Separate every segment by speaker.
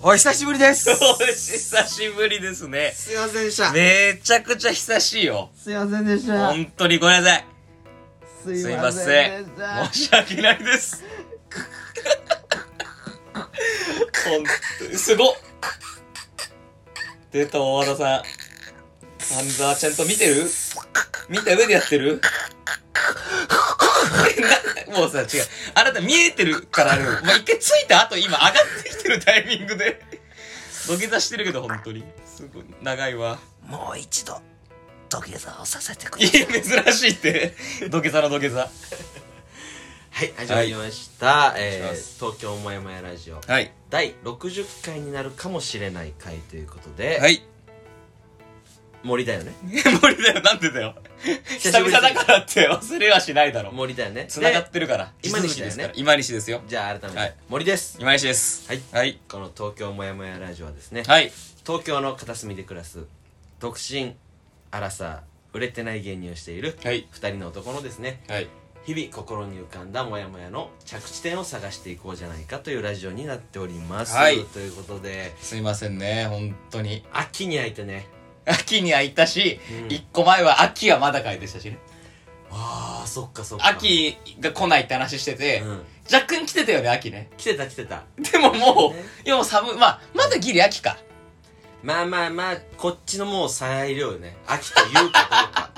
Speaker 1: お久しぶ りです。
Speaker 2: 久しぶりですね。
Speaker 1: すいませんでした。
Speaker 2: めちゃくちゃ久しいよ。
Speaker 1: すいませんでした。
Speaker 2: 本当にごめんなさい。
Speaker 1: す
Speaker 2: すい
Speaker 1: い
Speaker 2: ま
Speaker 1: ま
Speaker 2: せ
Speaker 1: せ
Speaker 2: ん
Speaker 1: んでした。。
Speaker 2: 申し訳ないです。本当に、すごっ出た大和田さん。半沢ちゃんと見てる見た上でやってる なもうさ、違う。あなた見えてるからある。まあ、一回ついた後今上がってきてるタイミングで。土下座してるけど、本当に。すごい、長いわ。
Speaker 1: もう一度、土下座をさせてく
Speaker 2: いや、珍しいって。土下座の土下座。
Speaker 3: はい、始まりました。え
Speaker 2: お願いしま
Speaker 3: ー、東京もやもやラジオ。
Speaker 2: はい。
Speaker 3: 第60回になるかもしれない回ということで、
Speaker 2: はい。
Speaker 3: 森だよね。
Speaker 2: 森だよ、なんでだよ。
Speaker 3: 久
Speaker 2: 久
Speaker 3: しぶり
Speaker 2: 々だからって忘れはしないだろ。
Speaker 3: 森だよね。
Speaker 2: 繋がっ
Speaker 3: で
Speaker 2: てるから。
Speaker 3: 今西だよね
Speaker 2: ですから。今西ですよ。
Speaker 3: じゃあ改めて、
Speaker 2: はい
Speaker 3: 森です。
Speaker 2: 今西です。
Speaker 3: はい。
Speaker 2: はい。
Speaker 3: この東京もやもやラジオはですね、
Speaker 2: はい。
Speaker 3: 東京の片隅で暮らす、独身、アラサー、売れてない芸人をしている、
Speaker 2: はい。
Speaker 3: 二人の男のですね、
Speaker 2: はい。
Speaker 3: 日々心に浮かんだモヤモヤの着地点を探していこうじゃないかというラジオになっております、
Speaker 2: はい
Speaker 3: ということです
Speaker 2: いませんね、本当に。
Speaker 3: 秋に開いてね
Speaker 2: 秋にはいたし
Speaker 3: う、ん
Speaker 2: 一個前は秋はまだかいでしたしね。
Speaker 3: あーそっかそっか
Speaker 2: 秋が来ないって話してて
Speaker 3: う、ん
Speaker 2: 若干来てたよね、秋ね。
Speaker 3: 来てた来てた
Speaker 2: でもも
Speaker 3: ね
Speaker 2: う、いやもう寒い。まあ、まだギリ秋か。
Speaker 3: まあまあまあこっちのもう裁量よね秋というかど うか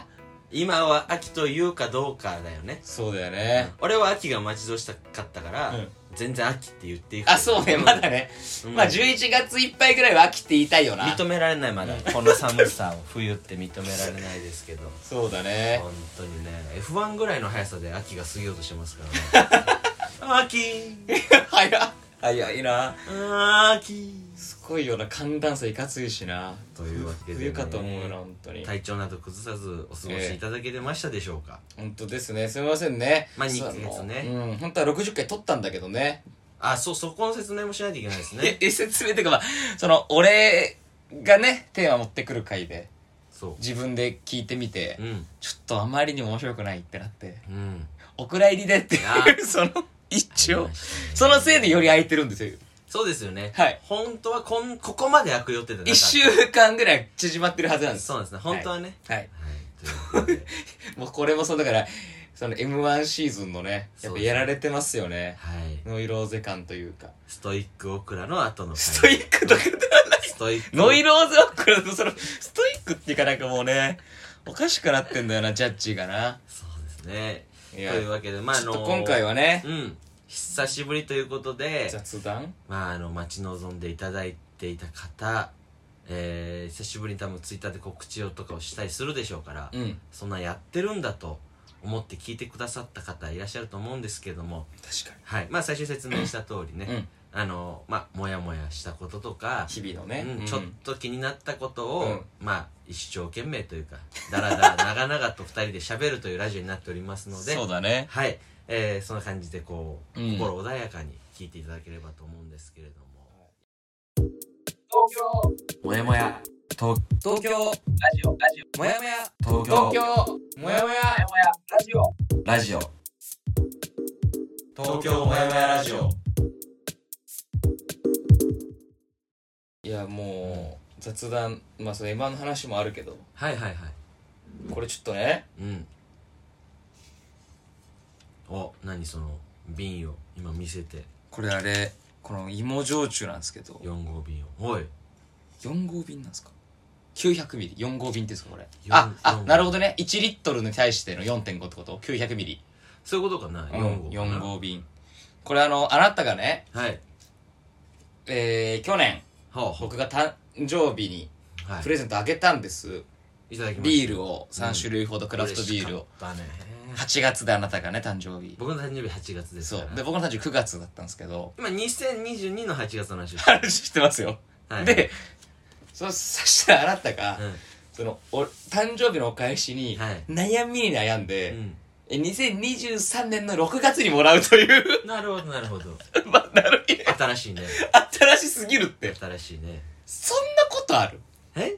Speaker 3: 今は秋というかどうかだよね
Speaker 2: そうだよね。
Speaker 3: 俺は秋が待ち遠したかったから、
Speaker 2: うん
Speaker 3: 全然秋って言っていく
Speaker 2: あ、そうね、まだね。
Speaker 3: うん
Speaker 2: まあ、11月いっぱいぐらいは秋って言いたいよな。
Speaker 3: 認められな いまだこの寒さを冬って認められないですけど
Speaker 2: そうだね。
Speaker 3: 本当にね F1 ぐらいの速さで秋が過ぎようとしてます からね秋
Speaker 2: 早っ。早いな。
Speaker 3: 秋
Speaker 2: すごいよな寒暖差いかついしな
Speaker 3: というわけで、ね、
Speaker 2: 冬かと思うな本当に
Speaker 3: 体調など崩さずお過ご
Speaker 2: ええ
Speaker 3: しいただけてましたでしょうか、
Speaker 2: 本当ですねすみませんね
Speaker 3: まあ
Speaker 2: そう
Speaker 3: 二ヶ月ね
Speaker 2: あのうん本当は60回撮ったんだけどね
Speaker 3: あそうそこの説明もしないといけないです
Speaker 2: え
Speaker 3: ね
Speaker 2: え説明っていうかまあその俺がねテーマ持ってくる回で
Speaker 3: そ
Speaker 2: 自分で聞いてみて
Speaker 3: ううん
Speaker 2: ちょっとあまりにも面白くないってなって
Speaker 3: うん
Speaker 2: お蔵入りでって
Speaker 3: あ
Speaker 2: いう その一応そのせいでより空いてるんですよ
Speaker 3: そうですよね
Speaker 2: はい
Speaker 3: 本当はこんここまで開く予定でなかった
Speaker 2: 一週間ぐらい縮まってるはずなんです
Speaker 3: そうなんですね本当はね
Speaker 2: はい
Speaker 3: はい、ということで
Speaker 2: もうこれもそうだからその m 1シーズンのねやっ
Speaker 3: そう
Speaker 2: ぱ
Speaker 3: ですね
Speaker 2: やられてますよね
Speaker 3: はい
Speaker 2: ノイローゼ感というか。
Speaker 3: ストイックオクラの後の回
Speaker 2: ストイックとかではない。
Speaker 3: ストイック
Speaker 2: ノイローゼはこれその、ストイックっていうかなんかもうね、おかしくなってんだよな、ジャッジがな。
Speaker 3: そうですね
Speaker 2: い
Speaker 3: と
Speaker 2: や、
Speaker 3: いうわけでまああ
Speaker 2: ちょ
Speaker 3: の
Speaker 2: っと今回はね
Speaker 3: う、ん久しぶりということで
Speaker 2: 雑談
Speaker 3: まああの待ち望んでいただいていた方えー、久しぶりに多分ツイッターで告知をとかをしたりするでしょうから、
Speaker 2: うん。
Speaker 3: そんなやってるんだと思って聞いてくださった方いらっしゃると思うんですけども
Speaker 2: 確か
Speaker 3: はいまあ最初説明した通りね、
Speaker 2: うん
Speaker 3: あのまあモヤモヤしたこととか
Speaker 2: に。日々のね。
Speaker 3: う、
Speaker 2: うんん
Speaker 3: ちょっと気になったことを、
Speaker 2: うん
Speaker 3: まあ一生懸命というかだらだら長々と2人で喋るというラジオになっておりますので
Speaker 2: そうだね。
Speaker 3: はい、えー、そんな感じでこう、
Speaker 2: うん
Speaker 3: 心穏やかに聞いていただければと思うんですけれども東京もやもや東
Speaker 2: 東京、ラジオ、ラジオ、もやもや。
Speaker 3: 東
Speaker 2: 東京、もやもや。
Speaker 3: ラジオ東京もやもやラジオ
Speaker 2: いや、もう、雑談、まあその M1 の話もあるけど、
Speaker 3: はいはいはい
Speaker 2: これちょっとね、
Speaker 3: うんお何その瓶を今見せて
Speaker 2: これあれ、この芋焼酎なんですけど、
Speaker 3: 4号瓶をおい
Speaker 2: 4号瓶なんですか900ミリ4号瓶っていうんですかこれ
Speaker 3: 四
Speaker 2: ああ
Speaker 3: 四
Speaker 2: なるほどね1リットルに対しての4.5ってこと900ミリ
Speaker 3: そういうことかな4号かな
Speaker 2: 4号瓶これあのあなたがね
Speaker 3: はい
Speaker 2: えー、去年
Speaker 3: はあ、
Speaker 2: 僕が誕生日に
Speaker 3: は
Speaker 2: プレゼントあげたんです、
Speaker 3: い、いただきます
Speaker 2: ビールを3種類ほどク
Speaker 3: ク
Speaker 2: ラフトビールを、
Speaker 3: だね
Speaker 2: 8月であなたがね誕生日
Speaker 3: 僕の誕生日8月です
Speaker 2: そ
Speaker 3: から
Speaker 2: うで僕の誕生日9月だったんですけど
Speaker 3: 今2022の8月の話をして
Speaker 2: 話してますよ、
Speaker 3: はい
Speaker 2: でそそしたらあなたが、
Speaker 3: う
Speaker 2: そのお誕生日のお返しに
Speaker 3: はい
Speaker 2: 悩みに悩んで、
Speaker 3: ん、うん
Speaker 2: え2023年の6月にもらうという、
Speaker 3: なるほどなるほど
Speaker 2: まあ、なるい
Speaker 3: 新しいね
Speaker 2: 新しすぎるって。
Speaker 3: 新しいね
Speaker 2: そんなことある
Speaker 3: え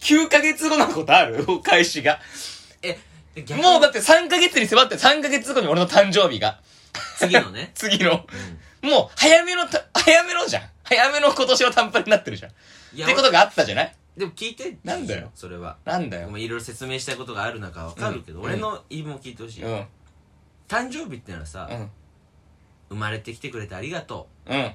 Speaker 2: ?9 ヶ月後のことあるお返しが。
Speaker 3: え逆に
Speaker 2: もうだって3ヶ月に迫って3ヶ月後に俺の誕生日が。
Speaker 3: 次のね
Speaker 2: 次の。
Speaker 3: うん
Speaker 2: もう、早めのた、早めのじゃん。早めの今年は短パンになってるじゃん。っ
Speaker 3: いや
Speaker 2: てことがあったじゃない
Speaker 3: でも聞いて
Speaker 2: なんだよ
Speaker 3: それは
Speaker 2: なんだ
Speaker 3: お
Speaker 2: よ。
Speaker 3: 前いろいろ説明したいことがある中わかるけど、
Speaker 2: うん
Speaker 3: 俺の言い分も聞いてほしい、
Speaker 2: うん。うん。
Speaker 3: 誕生日ってのはさ、生まれてきてくれてありがと
Speaker 2: うん。
Speaker 3: う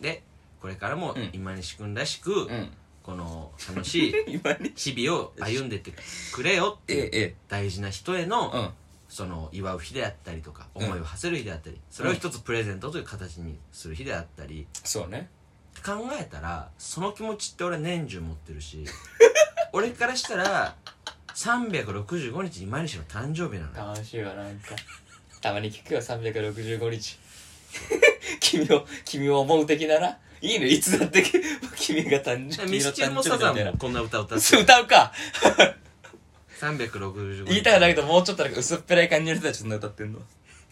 Speaker 3: でこれからも
Speaker 2: うん
Speaker 3: 今西君らしく、
Speaker 2: うん。
Speaker 3: この楽 しい
Speaker 2: 今に。
Speaker 3: 日々を歩んでってくれよって
Speaker 2: え
Speaker 3: いう
Speaker 2: え、え
Speaker 3: 大事な人へ
Speaker 2: え。う
Speaker 3: の
Speaker 2: ん。
Speaker 3: その祝う日であったりとか
Speaker 2: うん
Speaker 3: 思いを馳せる日であったりそれを一つプレゼントという形にする日であったり
Speaker 2: そうね。
Speaker 3: 考えたらその気持ちって俺年中持って るし俺からしたら365日今西の誕生日なのよ
Speaker 2: 楽しいわ、なんか。たまに聞くよ、365日。 君を、君を思う的なな。いいね、いつだって、 君が誕生日。
Speaker 3: ミスチルもサザンもこんな歌歌って
Speaker 2: そう
Speaker 3: る
Speaker 2: 歌うか
Speaker 3: 365
Speaker 2: 言いたいだ
Speaker 3: 日
Speaker 2: けどもうちょっとなんか薄っぺらい感じの人たちそんな歌ってんの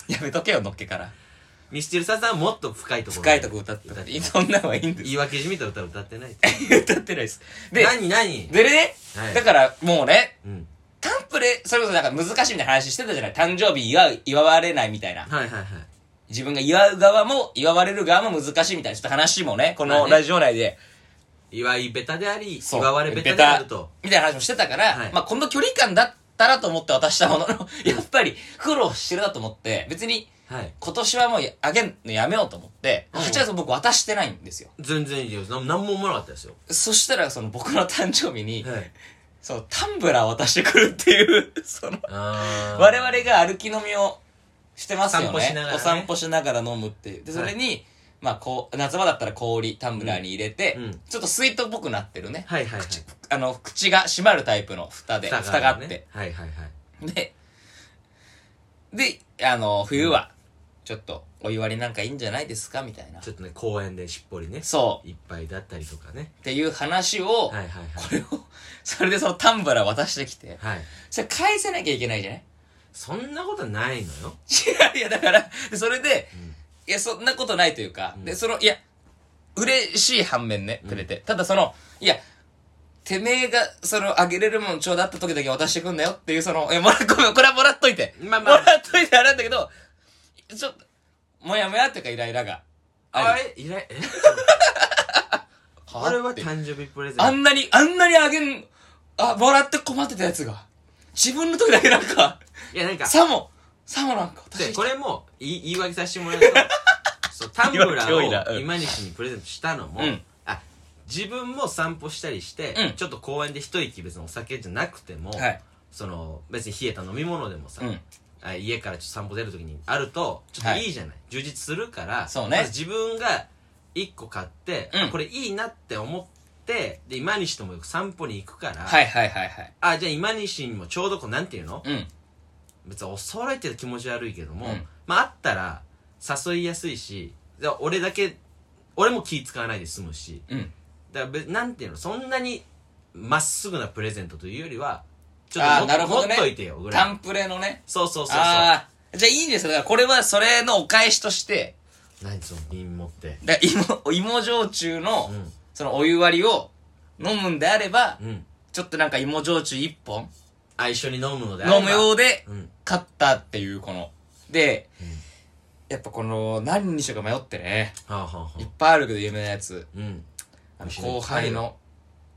Speaker 2: やめとけよのっけから
Speaker 3: ミスチルサザンはもっと深いところ
Speaker 2: 深いとこ歌ってた
Speaker 3: って
Speaker 2: そんなんはいいんです
Speaker 3: 言い訳じみた歌は歌ってない
Speaker 2: 歌ってないです で
Speaker 3: 何何
Speaker 2: でね、
Speaker 3: はい
Speaker 2: だからもうね
Speaker 3: うん
Speaker 2: タンプレそれこそなんか難しいみたいな話してたじゃない誕生日祝う祝われないみたいな
Speaker 3: はいはいはい
Speaker 2: 自分が祝う側も祝われる側も難しいみたいなちょっと話もねこ
Speaker 3: まあ
Speaker 2: の
Speaker 3: ね
Speaker 2: ラジオ内で
Speaker 3: 祝いベタであり
Speaker 2: そう
Speaker 3: 祝われベタであると
Speaker 2: みたいな話もしてたから、
Speaker 3: はい
Speaker 2: まあこの距離感だったらと思って渡したもの のやっぱり苦労してるなと思って別に
Speaker 3: はい
Speaker 2: 今年はもうあげんのやめようと思って、
Speaker 3: うん
Speaker 2: 8月僕渡してないんですよ。
Speaker 3: 全然いいよな何も思わなかったですよ
Speaker 2: そしたら、その僕の誕生日に、
Speaker 3: はい
Speaker 2: そのタンブラー渡してくるっていう、 その、
Speaker 3: あ ー
Speaker 2: 我々が歩き飲みをしてますよね。
Speaker 3: 散歩しながらね
Speaker 2: お散歩しながら飲むっていう。で、それに、まあこう、夏場だったら氷、タンブラーに入れて、
Speaker 3: うんうん
Speaker 2: ちょっとスイートっぽくなってるね。
Speaker 3: はいはいはい
Speaker 2: 口あの、口が閉まるタイプの蓋で、蓋が,、あっ
Speaker 3: るね
Speaker 2: て。
Speaker 3: はいはいはい
Speaker 2: で、で、あの、冬は、ちょっと、お湯割りなんかいいんじゃないですかみたいな
Speaker 3: ち。ょっとね公園でしっぽりね
Speaker 2: そう。
Speaker 3: いっぱいだったりとかね
Speaker 2: っていう話を、
Speaker 3: はいはい
Speaker 2: こ
Speaker 3: はい
Speaker 2: れを、それでそのタンブラー渡してきて、
Speaker 3: はい
Speaker 2: それ返せなきゃいけないじゃない
Speaker 3: そんなことないのよ
Speaker 2: いやいや、だから、でそれで、
Speaker 3: ん
Speaker 2: いや、そんなことないというか、
Speaker 3: うん
Speaker 2: で、その、いや、嬉しい反面ね、くれて。ただその、いや、てめえが、その、あげれるもんちょうだった時だけ渡してくんだよっていう、その、いや、もら、ごめん、これはもらっといて。
Speaker 3: まあまあ
Speaker 2: もらっといてあれなんだけど、ちょっと、もやもやっていうか、イライラが。
Speaker 3: あ
Speaker 2: り
Speaker 3: れいらえ
Speaker 2: は
Speaker 3: これは
Speaker 2: って
Speaker 3: 誕生日プレゼント
Speaker 2: あんなに、あんなにあげん、あ、もらって困ってたやつが、自分の時だけなんか、
Speaker 3: いやなんか
Speaker 2: さも、さもなんか渡して
Speaker 3: で
Speaker 2: き
Speaker 3: こ
Speaker 2: た、
Speaker 3: れも言い言い訳させ てもらうとそうタンブラ
Speaker 2: 言い訳多
Speaker 3: ー
Speaker 2: いなう
Speaker 3: を
Speaker 2: ん
Speaker 3: 今西にプレゼントしたのも、
Speaker 2: うん
Speaker 3: あ自分も散歩したりして、
Speaker 2: うん
Speaker 3: ちょっと公園で一息別にお酒じゃなくても、
Speaker 2: はい。
Speaker 3: その別に冷えた飲み物でもさ、
Speaker 2: うん。
Speaker 3: あ家からちょっと散歩出る時にあるとちょっといいじゃない、充実するから
Speaker 2: そうね
Speaker 3: まず自分が1個買って、
Speaker 2: うん
Speaker 3: これいいなって思ってで今西ともよく散歩に行くから、
Speaker 2: はいはいはいはい。
Speaker 3: あじゃあ今西にもちょうどこうなんていうの
Speaker 2: うん。
Speaker 3: 別にお揃いって気持ち悪いけども、
Speaker 2: うん
Speaker 3: まああったら誘いやすいしだから俺だけ俺も気使わないで済むし
Speaker 2: うん。
Speaker 3: だから別なんていうのそんなにまっすぐなプレゼントというよりはちょ
Speaker 2: あー
Speaker 3: っと
Speaker 2: なるほ
Speaker 3: も
Speaker 2: どね
Speaker 3: 持っといてよぐら
Speaker 2: タ
Speaker 3: い
Speaker 2: ンプレのね。
Speaker 3: そうそうそうそう
Speaker 2: ああ。じゃあいいんですよ。だからこれはそれのお返しとして、
Speaker 3: 何その瓶持って
Speaker 2: だから芋、芋焼酎の
Speaker 3: う、ん
Speaker 2: そのお湯割りを飲むんであれば、
Speaker 3: うん
Speaker 2: ちょっとなんか芋焼酎一本
Speaker 3: あ一緒に飲むのであれば
Speaker 2: 飲むようで、
Speaker 3: うん
Speaker 2: 買ったっていう、この。で、
Speaker 3: うん
Speaker 2: やっぱこの、何にしようか迷ってね。
Speaker 3: はあはあはい
Speaker 2: っ
Speaker 3: あ
Speaker 2: ぱいあるけど有名なやつ。
Speaker 3: うん
Speaker 2: あの後輩の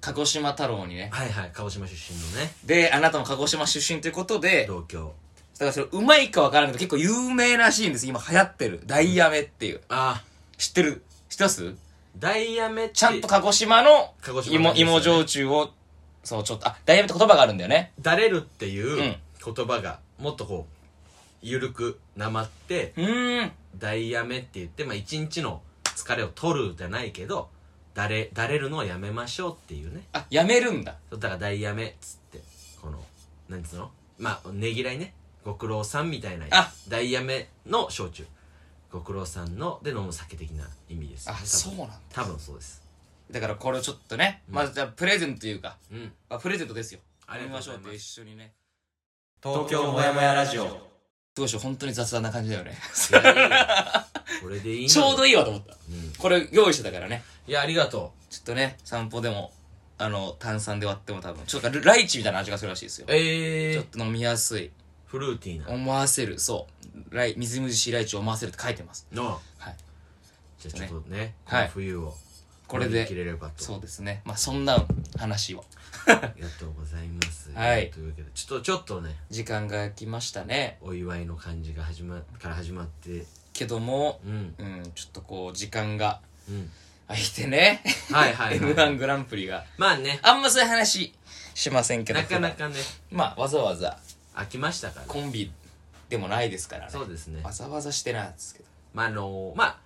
Speaker 2: 鹿児島太郎にね。
Speaker 3: はいはい鹿児島出身のね
Speaker 2: で、あなたも鹿児島出身ということで、だ
Speaker 3: 同郷
Speaker 2: からそれうまいかわからんけど結構有名らしいんです。今流行ってる。ダイヤメっていう。
Speaker 3: ああ
Speaker 2: 知ってる知ってます
Speaker 3: ダイヤメって
Speaker 2: ちゃんと鹿児島の
Speaker 3: 鹿児島
Speaker 2: 芋、
Speaker 3: なんですよね
Speaker 2: 芋焼酎を、そう、ちょっと、あ、ダイヤメって言葉があるんだよね。
Speaker 3: だれるって
Speaker 2: う
Speaker 3: いうん言葉がもっとこうゆるくなまって
Speaker 2: うーん。
Speaker 3: ダイヤメって言ってまあ一日の疲れを取るじゃないけどだれだれるのをやめましょうっていうね
Speaker 2: あ、やめるんだ。
Speaker 3: だからダイヤメっつってこのなんつうのまあねぎらいねご苦労さんみたいな
Speaker 2: あ
Speaker 3: ダイヤメの焼酎ご苦労さんので飲む酒的な意味です
Speaker 2: あ、そう
Speaker 3: う
Speaker 2: なんだ。
Speaker 3: 多分そうです
Speaker 2: だからこれをちょっとね、
Speaker 3: うん
Speaker 2: まあじゃあプレゼントというか、
Speaker 3: うん
Speaker 2: まあ、プレゼントですよ。
Speaker 3: あり
Speaker 2: 飲み
Speaker 3: が
Speaker 2: ま
Speaker 3: と
Speaker 2: しょ
Speaker 3: う
Speaker 2: う
Speaker 3: ございま
Speaker 2: って一
Speaker 3: す
Speaker 2: 緒にね。
Speaker 3: 東京もやもやラジオい
Speaker 2: どうしよう、本当に雑談な感じだよね。
Speaker 3: やいいよこれでいいのよ
Speaker 2: ちょうどいいわと思った。
Speaker 3: うん
Speaker 2: これ用意してたからね。
Speaker 3: いやありがと
Speaker 2: ちょっとね、散歩でも、あの、炭酸で割っても多分、ちょっとライチみたいな味がするらしいですよ
Speaker 3: う。え
Speaker 2: ち
Speaker 3: え
Speaker 2: ょっと飲みやすい。
Speaker 3: フルーティーな
Speaker 2: 思わせる。そう。ライ、みずみずしいライチを思わせるって書いてます。
Speaker 3: の
Speaker 2: はい。
Speaker 3: じゃあちょっとね、こ
Speaker 2: はい
Speaker 3: の冬を
Speaker 2: これで
Speaker 3: 切れればと
Speaker 2: そうですね。まあ、そんな話を。
Speaker 3: ありがとうございます。
Speaker 2: はい
Speaker 3: というわけで、ちょっと、ちょっとね、
Speaker 2: 時間が来ましたね。
Speaker 3: お祝いの感じが始ま、から始まって、
Speaker 2: けども、
Speaker 3: うん、
Speaker 2: うん、ちょっとこう、時間が
Speaker 3: うん。
Speaker 2: 空いてね。
Speaker 3: はいは いはい
Speaker 2: M1 グランプリが。
Speaker 3: まあね、
Speaker 2: あんまそういう話しませんけど。
Speaker 3: なかなかね、
Speaker 2: まあ、わざわざ
Speaker 3: 飽きましたから。
Speaker 2: コンビでもないですからね。
Speaker 3: そうですね
Speaker 2: わ。ざわざしてないですけど。
Speaker 3: まあ、あのまあ、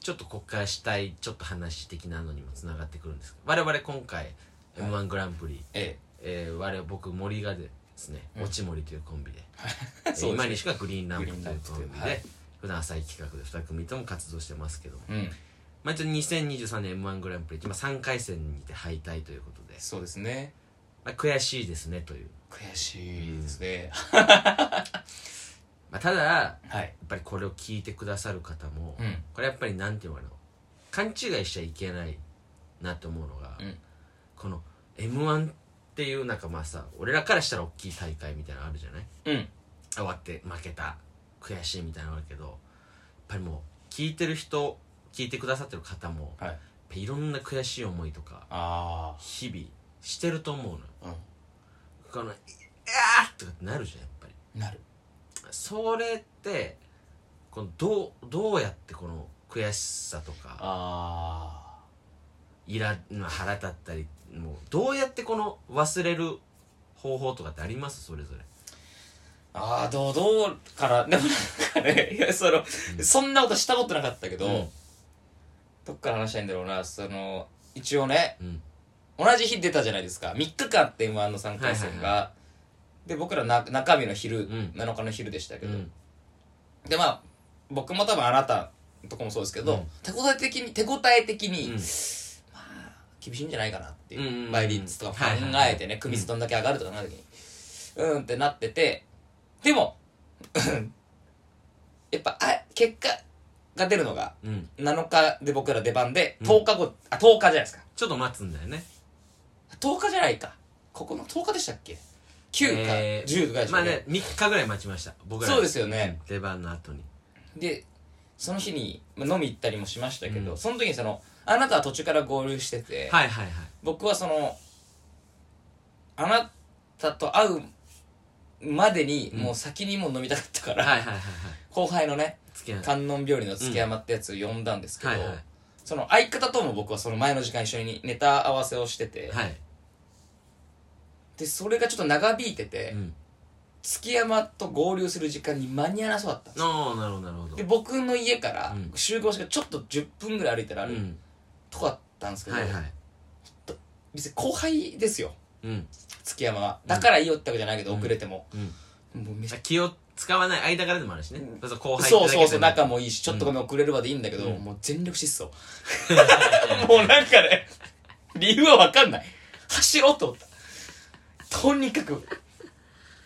Speaker 3: ちょっとこっからしたい、ちょっと話的なのにもつながってくるんですけど、我々今回、M1 グランプリ、
Speaker 2: え
Speaker 3: えー、我々、僕、森がですね、
Speaker 2: うん
Speaker 3: 落ち森というコン ビで、
Speaker 2: え。
Speaker 3: えー今にしかグリーンランプと
Speaker 2: グリーンラ
Speaker 3: い
Speaker 2: ン
Speaker 3: う
Speaker 2: プ
Speaker 3: コンビで、
Speaker 2: はい
Speaker 3: 普段浅い企画で2組とも活動してますけども、
Speaker 2: うん。
Speaker 3: まあ、一応2023年 m 1グランプリ今3回戦にて敗退ということで、
Speaker 2: そうですね。
Speaker 3: まあ、悔しいですねという、
Speaker 2: 悔しいですね。
Speaker 3: まあ、ただや
Speaker 2: はい。
Speaker 3: っぱりこれを聞いてくださる方も、
Speaker 2: うん。
Speaker 3: これやっぱりなんていうのかな勘違いしちゃいけないなと思うのが、
Speaker 2: うん
Speaker 3: この m 1っていうなんかまあさ俺らからしたら大きい大会みたいなのあるじゃない
Speaker 2: うん。
Speaker 3: 終わって負けた悔しいみたいなのあるけどやっぱりもう聞いてる人聞いてくださってる方もやっ
Speaker 2: はい。
Speaker 3: ぱいろんな悔しい思いとか
Speaker 2: あ
Speaker 3: 日々してると思うのよ
Speaker 2: あ。
Speaker 3: この「いやー!」とかってなるじゃんやっぱり
Speaker 2: うん。なる。
Speaker 3: それってこのどうどうやってこの悔しさとか
Speaker 2: あ
Speaker 3: イラまあ腹立ったりもうどうやってこの忘れる方法とかってありますそれぞれ
Speaker 2: あ。ああ、どう、どうから、でもなんかね、いや、その、そんなことしたことなかったけど、
Speaker 3: うん
Speaker 2: どっから話したいんだろうな、その、一応ね、
Speaker 3: うん
Speaker 2: 同じ日出たじゃないですか。3日間あって M1 の3回戦が。
Speaker 3: はい
Speaker 2: で、僕らな中日の昼、
Speaker 3: ん
Speaker 2: 7日の昼でしたけ
Speaker 3: う
Speaker 2: ど。
Speaker 3: ん
Speaker 2: で、まあ、僕も多分あなたのとこもそうですけど、
Speaker 3: うん
Speaker 2: 手応え的に、手応え的に、厳しいんじゃないかなっていう、
Speaker 3: うんうんうん
Speaker 2: 倍率とか考
Speaker 3: はい
Speaker 2: え
Speaker 3: は
Speaker 2: て
Speaker 3: いは
Speaker 2: ね
Speaker 3: い
Speaker 2: 組数どんだけ上がるとかなるときにうんってなっててでも うんやっぱあ結果が出るのが
Speaker 3: うん
Speaker 2: 7日で僕ら出番で
Speaker 3: うん
Speaker 2: 10日後、あ10日じゃないですか
Speaker 3: ちょっと待つんだよね
Speaker 2: 10日じゃないかここの10日でしたっけ9か
Speaker 3: えー
Speaker 2: 10ぐらいでし
Speaker 3: ま
Speaker 2: た
Speaker 3: あ
Speaker 2: っけ、
Speaker 3: ね3日ぐらい待ちました僕ら
Speaker 2: そうですよね
Speaker 3: 出番の後に
Speaker 2: でその日にまあ飲み行ったりもしましたけど、
Speaker 3: うん
Speaker 2: その時にそのあなたは途中から合流してて、
Speaker 3: はいはいはい
Speaker 2: 僕はそのあなたと会うまでに
Speaker 3: うん
Speaker 2: もう先にもう飲みたかったから、
Speaker 3: はいはいはいはい
Speaker 2: 後輩のね
Speaker 3: 付き合い
Speaker 2: 観音病理の付け山ってやつを呼んだんですけど、
Speaker 3: はいはい
Speaker 2: その相方とも僕はその前の時間一緒にネタ合わせをしてて、
Speaker 3: はい
Speaker 2: でそれがちょっと長引いてて、
Speaker 3: うん
Speaker 2: 月山と合流する時間に間に合わなそうだったんですよ
Speaker 3: おーなるほどなるほど
Speaker 2: で僕の家から
Speaker 3: うん
Speaker 2: 集合してからちょっと10分ぐらい歩いたらあ
Speaker 3: う
Speaker 2: る
Speaker 3: ん
Speaker 2: とこだったんですけど、
Speaker 3: はいはい
Speaker 2: 別に後輩ですよ
Speaker 3: うん
Speaker 2: 月山はだからいいよってわけじゃないけど、
Speaker 3: うん
Speaker 2: 遅れても、
Speaker 3: うん
Speaker 2: もうめっちゃ
Speaker 3: 気を使わない間柄でもあるしね、
Speaker 2: うん
Speaker 3: そうそう後輩ってだ
Speaker 2: そう
Speaker 3: けで
Speaker 2: そうそう、
Speaker 3: ね
Speaker 2: 仲もいいし、ちょっとごめん遅れるまでいいんだけど、
Speaker 3: うん
Speaker 2: もう全力疾 走。もうなんかね、理由はわかんない。走ろうと思った。とにかく、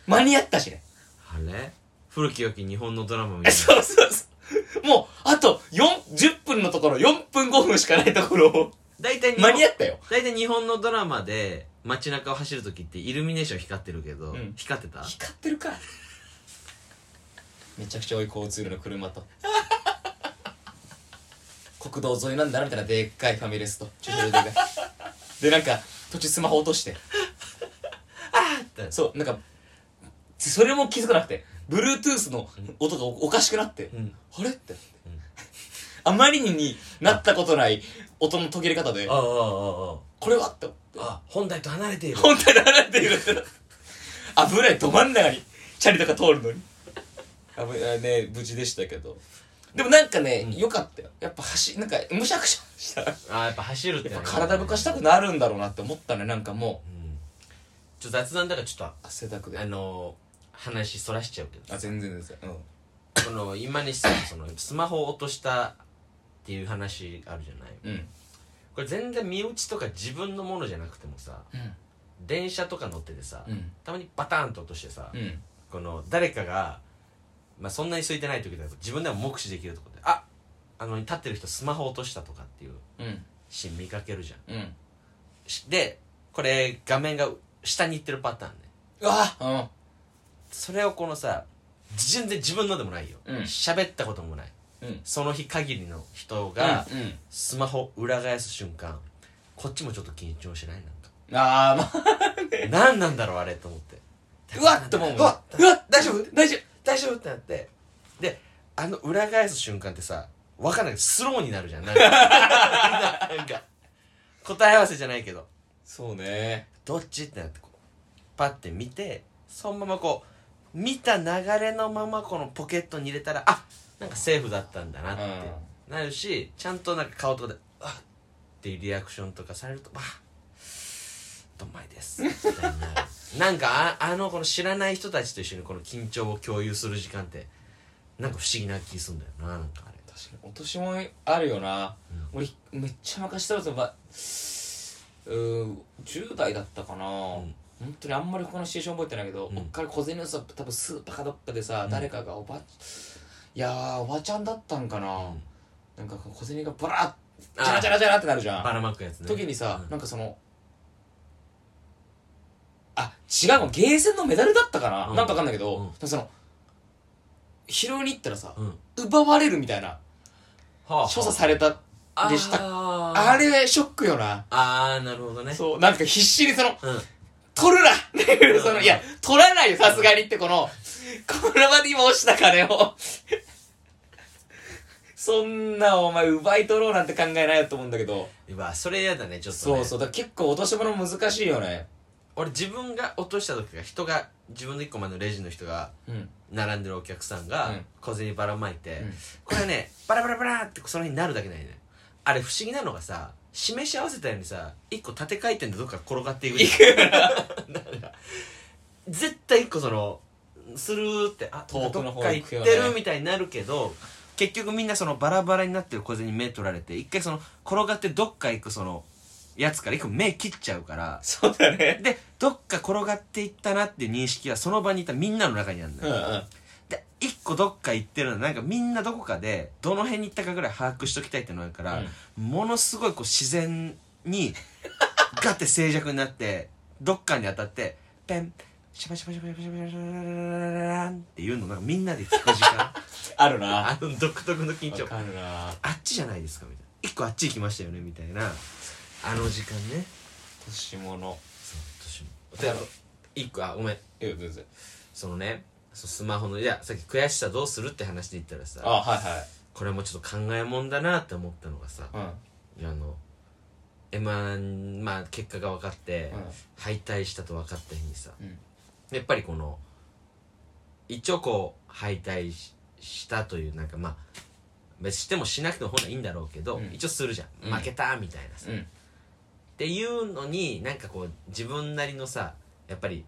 Speaker 2: 間に合った しね。
Speaker 3: あれ古き良き日本のドラマみたいな
Speaker 2: そうそうそう。もう、あと4、10分のところ、4分5分しかないところを、
Speaker 3: 大体日
Speaker 2: 間
Speaker 3: 本
Speaker 2: に合ったよ。
Speaker 3: 大体日本のドラマで街中を走る時ってイルミネーション光ってるけど、
Speaker 2: うん
Speaker 3: 光ってた
Speaker 2: 光ってるか。めちゃくちゃ多い交通量の車と。 国道沿いなんだなみたいなでっかいファミレスと駐車場でかいでなんか途中スマホ落として
Speaker 3: って
Speaker 2: そうなんかそれも気づかなくて Bluetooth の音がおおかしくなって、
Speaker 3: うん
Speaker 2: あれって、あまりになったことない音の途切れ方で
Speaker 3: あああ
Speaker 2: これはって
Speaker 3: ああああ本体と離れている
Speaker 2: 本体で離れている危ないど真ん中にチャリとか通るのに危ないね無事でしたけどでもなんかね良、かったよやっぱ走なんかむしゃくしゃしたら
Speaker 3: ああやっぱ走るって
Speaker 2: やっぱ
Speaker 3: ね
Speaker 2: 体動かしたくなるんだろうなって思ったねなんかも
Speaker 3: うんちょっと雑談だからちょっ
Speaker 2: う汗だくで
Speaker 3: とあのー話そらしちゃうけど
Speaker 2: あ全然ですよ、うん
Speaker 3: この今にさそのスマホを落としたっていう話あるじゃない
Speaker 2: うん
Speaker 3: これ全然身内とか自分のものじゃなくてもさ電車とか乗っててさ、
Speaker 2: うん
Speaker 3: たまにバターンと落としてさ、
Speaker 2: うん
Speaker 3: この誰かが、まあ、そんなに空いてない時だと自分でも目視できるとこでああの立ってる人スマホ落としたとかっていう
Speaker 2: うん
Speaker 3: シーン見かけるじゃん
Speaker 2: うん
Speaker 3: しでこれ画面が下に行ってるパターンね
Speaker 2: うわ
Speaker 3: それをこのさ全然自分のでもないよ
Speaker 2: うん
Speaker 3: 喋、ったこともない
Speaker 2: うん
Speaker 3: その日限りの人が
Speaker 2: うんうん
Speaker 3: スマホ裏返す瞬間こっちもちょっと緊張しないな
Speaker 2: ああまあ
Speaker 3: んか 何なんだろうあれと思って
Speaker 2: うわっと思うもん
Speaker 3: うわ
Speaker 2: うわ大丈夫大丈夫
Speaker 3: 大丈夫ってなってであの裏返す瞬間ってさ分かんないスローになるじゃんなんか なんか答え合わせじゃないけど
Speaker 2: そうね
Speaker 3: どっちってなってこうパッて見てそのままこう見た流れのままこのポケットに入れたらあなんかセーフだったんだなってなるしちゃんとなんか顔とかで「あっ」っていうリアクションとかされると「わあどんまいです」みたいに なるなんかああのこの知らない人たちと一緒にこの緊張を共有する時間ってなんか不思議な気すんだよななんかあれ
Speaker 2: 確かに落とし物あるよな、
Speaker 3: う
Speaker 2: 俺めっちゃ昔したらとばうー10代だったかな、
Speaker 3: ん
Speaker 2: 本当にあんまり他のシチュエーション覚えてないけど、
Speaker 3: うん
Speaker 2: おっから小銭のさ多分スーパーかどっかでさ、
Speaker 3: うん
Speaker 2: 誰かがおばいやーおばちゃんだったんかな、
Speaker 3: ん
Speaker 2: なんか小銭がバラッジャラジャラジャラってなるじゃん
Speaker 3: ばらまくやつね
Speaker 2: 時にさ、
Speaker 3: うん
Speaker 2: なんかそのあ違うのゲーセンのメダルだったかな、
Speaker 3: うん
Speaker 2: なんかわかんないけど、
Speaker 3: うん
Speaker 2: なんかその拾いに行ったらさ、
Speaker 3: うん
Speaker 2: 奪われるみたいな
Speaker 3: はあ
Speaker 2: 所作されたでした
Speaker 3: あー
Speaker 2: あれショックよな
Speaker 3: あーなるほどね
Speaker 2: そうなんか必死にその
Speaker 3: うん
Speaker 2: 取るなっていう
Speaker 3: うん
Speaker 2: そのいや取らないよさすがにってこのこの場で今落ちた金を そんなお前奪い取ろうなんて考えないよと思うんだけど
Speaker 3: うわそれやだねちょっと、ね、
Speaker 2: そうそうだから結構落とし物難しいよね
Speaker 3: 俺自分が落とした時が人が自分の1個前のレジの人が
Speaker 2: うん
Speaker 3: 並んでるお客さんが
Speaker 2: うん
Speaker 3: 小銭ばらまいて、
Speaker 2: うん
Speaker 3: これはねバラバラバラってその辺になるだけないねあれ不思議なのがさ示し合わせたようにさ1個縦回転でどっか転がっていくじ ゃんだから絶対1個そのスルーってあ
Speaker 2: 遠くの方行くよね
Speaker 3: どっか行ってるみたいになるけど結局みんなそのバラバラになってる小銭に目取られて一回その転がってどっか行くそのやつから1個目切っちゃうから
Speaker 2: そうだね
Speaker 3: でどっか転がっていったなっていう認識はその場にいたみんなの中にあるん
Speaker 2: う
Speaker 3: だ
Speaker 2: んう
Speaker 3: よ、
Speaker 2: ん
Speaker 3: で一個どっか行ってるのなんかみんなどこかでどの辺に行ったかぐらい把握しときたいってのがあるから、ものすごいこう自然にガッて静寂になってどっかに当たってペンシャバシャバシャバシャバシャバシャバシャンっていうのなんかみんなで聞く時間
Speaker 2: あるな
Speaker 3: あの独特の緊
Speaker 2: わ
Speaker 3: 張
Speaker 2: かるな
Speaker 3: あっちじゃないですかみたいな一個あっち行きましたよねみたいなあの時間ね
Speaker 2: 落とし物
Speaker 3: そう私もで一個あごめん
Speaker 2: いや全然
Speaker 3: そのねそスマホのいやさっき悔しさどうするって話で言ったらさ
Speaker 2: あはいはい
Speaker 3: これもちょっと考えもんだなって思ったのがさ
Speaker 2: うん
Speaker 3: あの M−1 まあ結果が分かって、
Speaker 2: うん
Speaker 3: 敗退したと分かった日にさ
Speaker 2: うん
Speaker 3: やっぱりこの一応こう敗退ししたというなんかまあ別にしてもしなくても本来いいんだろうけど、
Speaker 2: うん
Speaker 3: 一応するじゃん、
Speaker 2: うん
Speaker 3: 負けたみたいなさ、
Speaker 2: うん
Speaker 3: っていうのになんかこう自分なりのさやっぱり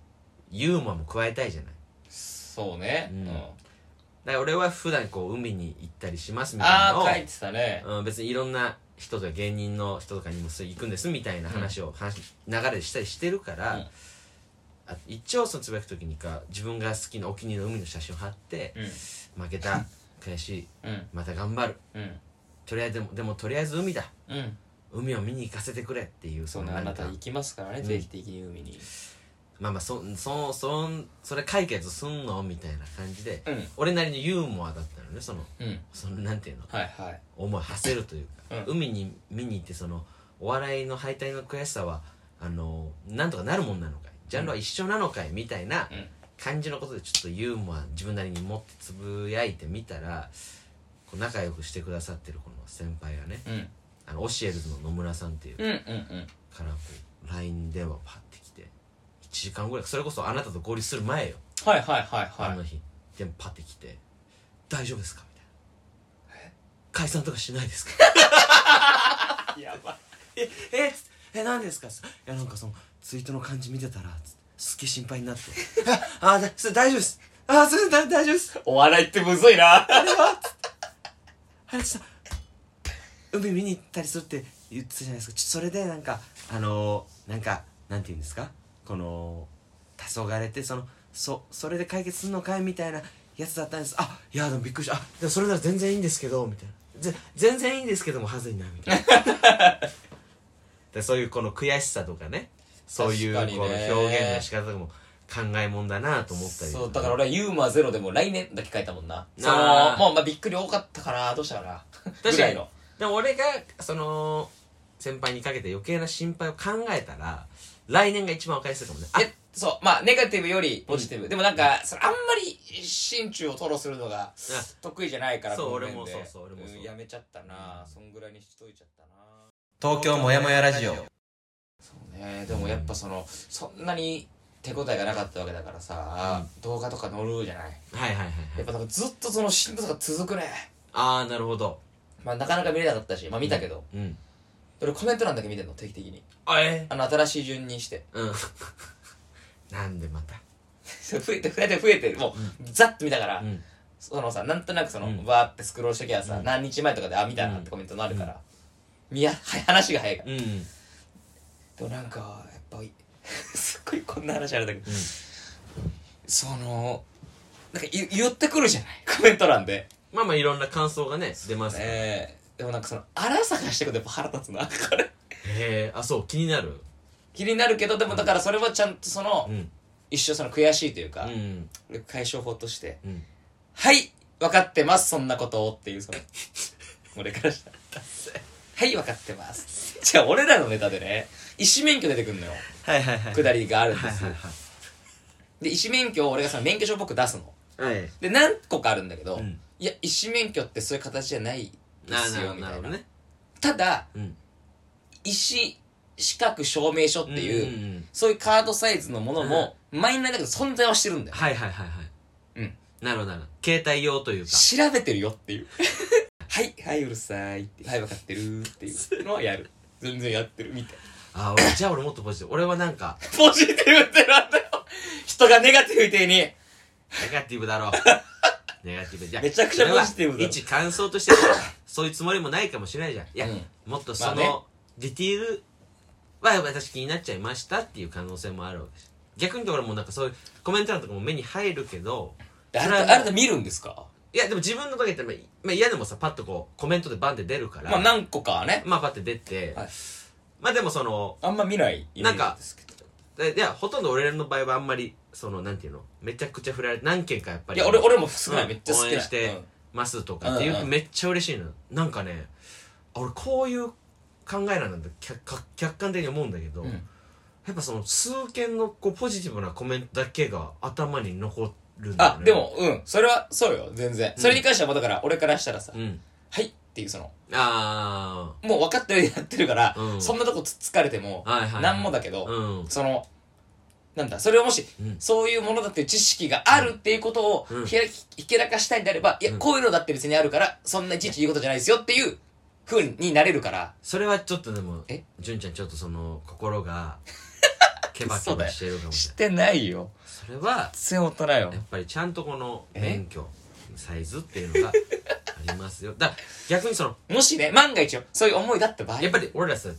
Speaker 3: ユーモアも加えたいじゃない
Speaker 2: そうね
Speaker 3: う
Speaker 2: うんん
Speaker 3: だから俺は普段こう海に行ったりしますみたいなの
Speaker 2: あ
Speaker 3: を
Speaker 2: あ書いてたね
Speaker 3: うん、別にいろんな人とか芸人の人とかにもそう行くんですみたいな話を、話流れでしたりしてるから、
Speaker 2: うん
Speaker 3: あ一応そのつぶやく時にか自分が好きなお気に入りの海の写真を貼って
Speaker 2: う
Speaker 3: 負けた悔しい
Speaker 2: んうん
Speaker 3: また頑張る
Speaker 2: うん
Speaker 3: とりあえずでもでもとりあえず海だ
Speaker 2: うん
Speaker 3: 海を見に行かせてくれっていう
Speaker 2: そうね
Speaker 3: の
Speaker 2: あ
Speaker 3: な
Speaker 2: なん
Speaker 3: か
Speaker 2: た行きますからね
Speaker 3: うん
Speaker 2: 定期的に海に
Speaker 3: まあまあそそそそれ解決すんのみたいな感じで、
Speaker 2: うん
Speaker 3: 俺なりのユーモアだったのねその
Speaker 2: うん
Speaker 3: そのなんていうの
Speaker 2: はいはい
Speaker 3: 思い馳せるというか、
Speaker 2: う
Speaker 3: 海に見に行ってそのお笑いの敗退の悔しさはあのなんとかなるもんなのかいジャンルは一緒なのかいみたいな
Speaker 2: うん
Speaker 3: 感じのことでちょっとユーモア自分なりに持ってつぶやいてみたらこう仲良くしてくださってるこの先輩がね
Speaker 2: うん
Speaker 3: あのオシエルズの野村さんっていう
Speaker 2: うんうんうん
Speaker 3: からこう LINE 電話パッてきて1時間ぐらいそれこそあなたと合流する前よ
Speaker 2: はいはいはい
Speaker 3: あ
Speaker 2: は
Speaker 3: の日電話パッてきて「大丈夫ですか?」みたいな「解散とかしないですか?」
Speaker 2: いやばい
Speaker 3: えっつってえ何ですか?」つっていやなんかそのツイートの感じ見てたら」つってすっげえ心配になって 「ああだそれ大丈夫ですああそれだ大丈夫です
Speaker 2: お笑いってむずいな
Speaker 3: あれは」つってあれさ海見に行ったりするって言ってたじゃないですかちょそれでなんかあのー、なんかなんて言うんですかこの黄昏ってそのそそれで解決するのかいみたいなやつだったんですあいやでもびっくりしたあでもそれなら全然いいんですけどみたいなぜ全然いいんですけどもはずいなみたいなでそういうこの悔しさとかねそういう
Speaker 2: 確かに
Speaker 3: こ
Speaker 2: ね
Speaker 3: の表現の仕方とかも考えもんだなと思ったり
Speaker 2: そうだから俺はユーモアゼロでも来年だけ書いたもんなその
Speaker 3: あー
Speaker 2: もうまあびっくり多かったからどうしたかな
Speaker 3: 確
Speaker 2: ぐ
Speaker 3: から
Speaker 2: い
Speaker 3: に
Speaker 2: の
Speaker 3: でも俺がその先輩にかけて余計な心配を考えたら来年が一番分かりやすいかもねあ
Speaker 2: えそうまあネガティブよりポジティブ、でもなんかそれあんまり心中を吐露するのが得意じゃないから
Speaker 3: そう
Speaker 2: この面
Speaker 3: 俺も
Speaker 2: で
Speaker 3: そうそう俺もそうん
Speaker 2: やめちゃったなそんぐらいにしといちゃったな
Speaker 4: 東京もやもやラジオ
Speaker 2: そうねでもやっぱそのそんなに手応えがなかったわけだからさ、動画とか載るじゃない
Speaker 3: はいはいはいはい
Speaker 2: やっぱなんかずっとそのしんどさが続くね
Speaker 3: ああなるほど
Speaker 2: まあなかなか見れなかったしまあ見たけど、
Speaker 3: うん
Speaker 2: 俺コメント欄だけ見てんの定期的に
Speaker 3: あえ
Speaker 2: あの新しい順にして
Speaker 3: うん なんでまた
Speaker 2: そう増えて増えて増えてもう、ざっと見たから、
Speaker 3: うん
Speaker 2: そのさなんとなくその、
Speaker 3: うん
Speaker 2: バーってスクロールしてきゃさ、何日前とかであ見たなってコメントになるから、見や は話が早いから、
Speaker 3: うん
Speaker 2: でもなんかやっぱり すっごいこんな話あるんだけど、そのなんか言言ってくるじゃないコメント欄で、
Speaker 3: まあまあいろんな感想がね出ますね
Speaker 2: えー、でもなんかその荒さがしてくるとやっぱ腹立つ なこれ
Speaker 3: へえあそう気になる
Speaker 2: 気になるけどでもだからそれはちゃんとその、
Speaker 3: うん
Speaker 2: 一生その悔しいというか
Speaker 3: う、ん
Speaker 2: 解消法として
Speaker 3: うん
Speaker 2: 「はい分かってますそんなことを」っていうその俺からしたら 「はい分かってます」じゃあ俺らのネタでね医師免許出てくんのよ
Speaker 3: はいはいはい
Speaker 2: くだりがあるんです
Speaker 3: は
Speaker 2: よ
Speaker 3: いはい
Speaker 2: で医師免許を俺がその免許証っぽく出すの
Speaker 3: はい
Speaker 2: で何個かあるんだけど、
Speaker 3: うん
Speaker 2: いや医師免許ってそういう形じゃないで
Speaker 3: な
Speaker 2: す
Speaker 3: る
Speaker 2: よ
Speaker 3: ほど
Speaker 2: み
Speaker 3: な
Speaker 2: た
Speaker 3: る
Speaker 2: い
Speaker 3: ほ
Speaker 2: な
Speaker 3: どね
Speaker 2: ただ
Speaker 3: うん
Speaker 2: 医師資格証明書っていう、
Speaker 3: うんうんうん
Speaker 2: そういうカードサイズのものも、マイナーだけど存在はしてるんだよ
Speaker 3: はいはいはいはい
Speaker 2: うん
Speaker 3: なるほどなるほど携帯用というか
Speaker 2: 調べてるよって いうはいはいうるさいってはい分かってるって いうのはやる全然やってるみたい
Speaker 3: あ俺じゃあ俺もっとポジティブ俺はなんか
Speaker 2: ポジティブってなんだよ人がネガティブみてえに
Speaker 3: ネガティブだ ろう。ネガティブじゃん
Speaker 2: めちゃくちゃポジティブだろ
Speaker 3: それは一感想としては、そういうつもりもないかもしれないじゃん。いや、
Speaker 2: うん
Speaker 3: もっとその、
Speaker 2: まあね
Speaker 3: ディティールは私気になっちゃいましたっていう可能性もあるわけです。逆に言うと俺もなんかそういうコメント欄とかも目に入るけど、
Speaker 2: あ
Speaker 3: そ
Speaker 2: な
Speaker 3: れはもう
Speaker 2: たあなた見るんですか
Speaker 3: いやでも自分の時って、まあまあ、嫌でもさ、パッとこうコメントでバンって出るから、
Speaker 2: まあ何個かはね
Speaker 3: まあパッて出て、
Speaker 2: はい
Speaker 3: まあでもその、
Speaker 2: あんま見ないイメージですけど
Speaker 3: でいや、ほとんど俺の場合はあんまり、その、なんていうの、めちゃくちゃ振られて、何件かやっぱ
Speaker 2: い
Speaker 3: り。
Speaker 2: や俺俺も少ない、
Speaker 3: うん
Speaker 2: めっちゃ少
Speaker 3: 応
Speaker 2: ない
Speaker 3: 援してますとかっていう、
Speaker 2: うんうん
Speaker 3: めっちゃ嬉しいのなんかねあ俺こういう考えなんだ客客客観的に思うんだけど、
Speaker 2: うん
Speaker 3: やっぱその数件のこうポジティブなコメントだけが頭に残るんだよ
Speaker 2: あ
Speaker 3: ね
Speaker 2: でもうんそれはそうよ全然、
Speaker 3: うん
Speaker 2: それに関してはもうだから俺からしたらさ、
Speaker 3: うん
Speaker 2: はいっていうその
Speaker 3: あ
Speaker 2: もう分かったようにやってるから、
Speaker 3: うん
Speaker 2: そんなとこつっつかれても、
Speaker 3: あはいはいはい
Speaker 2: なんもだけど、
Speaker 3: うん
Speaker 2: そのなんだそれをもし、
Speaker 3: うん
Speaker 2: そういうものだっていう知識があるっていうことを
Speaker 3: うん
Speaker 2: ひらひけらかしたいんであれば、いやこういうのだって別にあるからそんないちいち言うことじゃないですよっていうふうになれるから
Speaker 3: それはちょっとでも
Speaker 2: え
Speaker 3: 純ちゃんちょっとその心 がケバケバしてるかもしれな
Speaker 2: て
Speaker 3: い
Speaker 2: ないよ
Speaker 3: それは
Speaker 2: 全然大人よ
Speaker 3: やっぱりちゃんとこの
Speaker 2: え
Speaker 3: 免許サイズっていうのがありますよだから逆にその
Speaker 2: もしね万が一よそういう思いだった場合
Speaker 3: やっぱり俺らさ、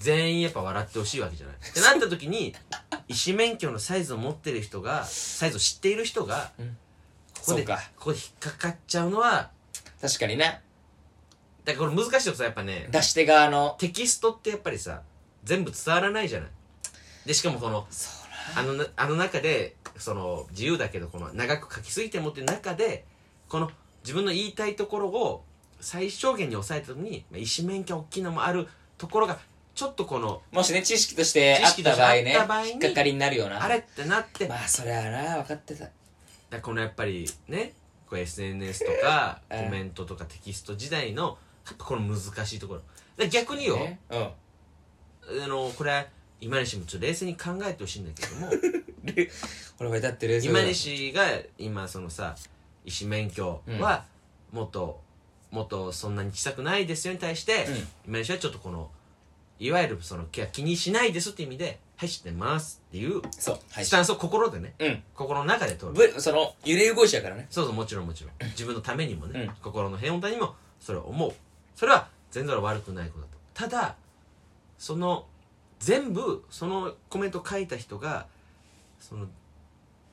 Speaker 3: 全員やっぱ笑ってほしいわけじ ゃないってなった時に医師免許のサイズを持ってる人がサイズを知っている人が、
Speaker 2: ん
Speaker 3: ここで
Speaker 2: そうか
Speaker 3: ここで引っかかっちゃうのは
Speaker 2: 確かにね
Speaker 3: だからこれ難しいとさやっぱね
Speaker 2: 出して側の
Speaker 3: テキストってやっぱりさ全部伝わらないじゃないでしかもこのあのなあの中でその自由だけどこの長く書きすぎてもっていう中でこの自分の言いたいところを最小限に抑えた時にまあ医師免許大きいのもあるところがちょっとこの
Speaker 2: もしね知識としてあ
Speaker 3: 知
Speaker 2: っ
Speaker 3: 識
Speaker 2: た
Speaker 3: として
Speaker 2: 場合
Speaker 3: あ
Speaker 2: ね
Speaker 3: った場合に
Speaker 2: 引っかかりになるような
Speaker 3: あれってなって、
Speaker 2: まあそりゃあな分かってた
Speaker 3: だからこのやっぱりねこう SNS とか
Speaker 2: うん
Speaker 3: コメントとかテキスト時代のやっぱこの難しいところで逆によ、
Speaker 2: ねうん
Speaker 3: あのこれ今西もちょっと冷静に考えてほしいんだけ ども
Speaker 2: で俺はだって冷静だ
Speaker 3: 今西が今そのさ医師免許はもっと、もっとそんなに小さくないですよに対して、今西はちょっとこのいわゆるその気気にしないですって意味で「はい知ってます」っていう
Speaker 2: そうはい
Speaker 3: スタンスを心でね、
Speaker 2: うん
Speaker 3: 心の中で取る
Speaker 2: ぶその揺れ動いちゃうからね
Speaker 3: そうそうもちろんもちろん自分のためにもね、
Speaker 2: うん
Speaker 3: 心の平穏ためにもそれを思うそれは全然悪くないことだとただその全部そのコメントを書いた人がその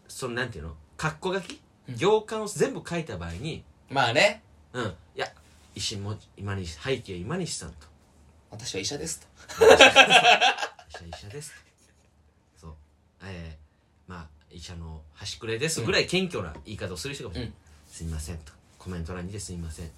Speaker 3: そのなんていうの括弧書き行間を全部書いた場合に
Speaker 2: まあね
Speaker 3: うんいや石も今西背景今西さんと
Speaker 2: 私は医者ですと
Speaker 3: 医者医者ですそうえー、まあ医者の端くれですぐらい謙虚な言い方をする人かもしれない、
Speaker 2: うん
Speaker 3: すいませんとコメント欄にですいません